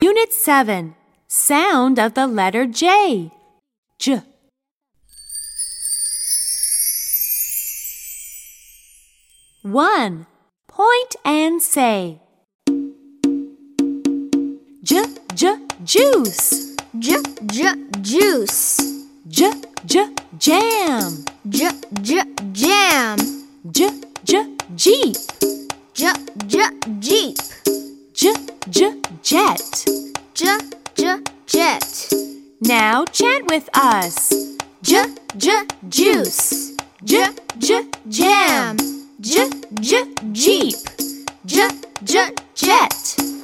Unit 7 Sound of the letter J. J. One. Point and say. J j juice. J j juice. J j jam. J j jam. J j jeep. J j jeep. J j jet. J j jet. Now chant with us. J j juice. J j jam. J j jeep. J j jet.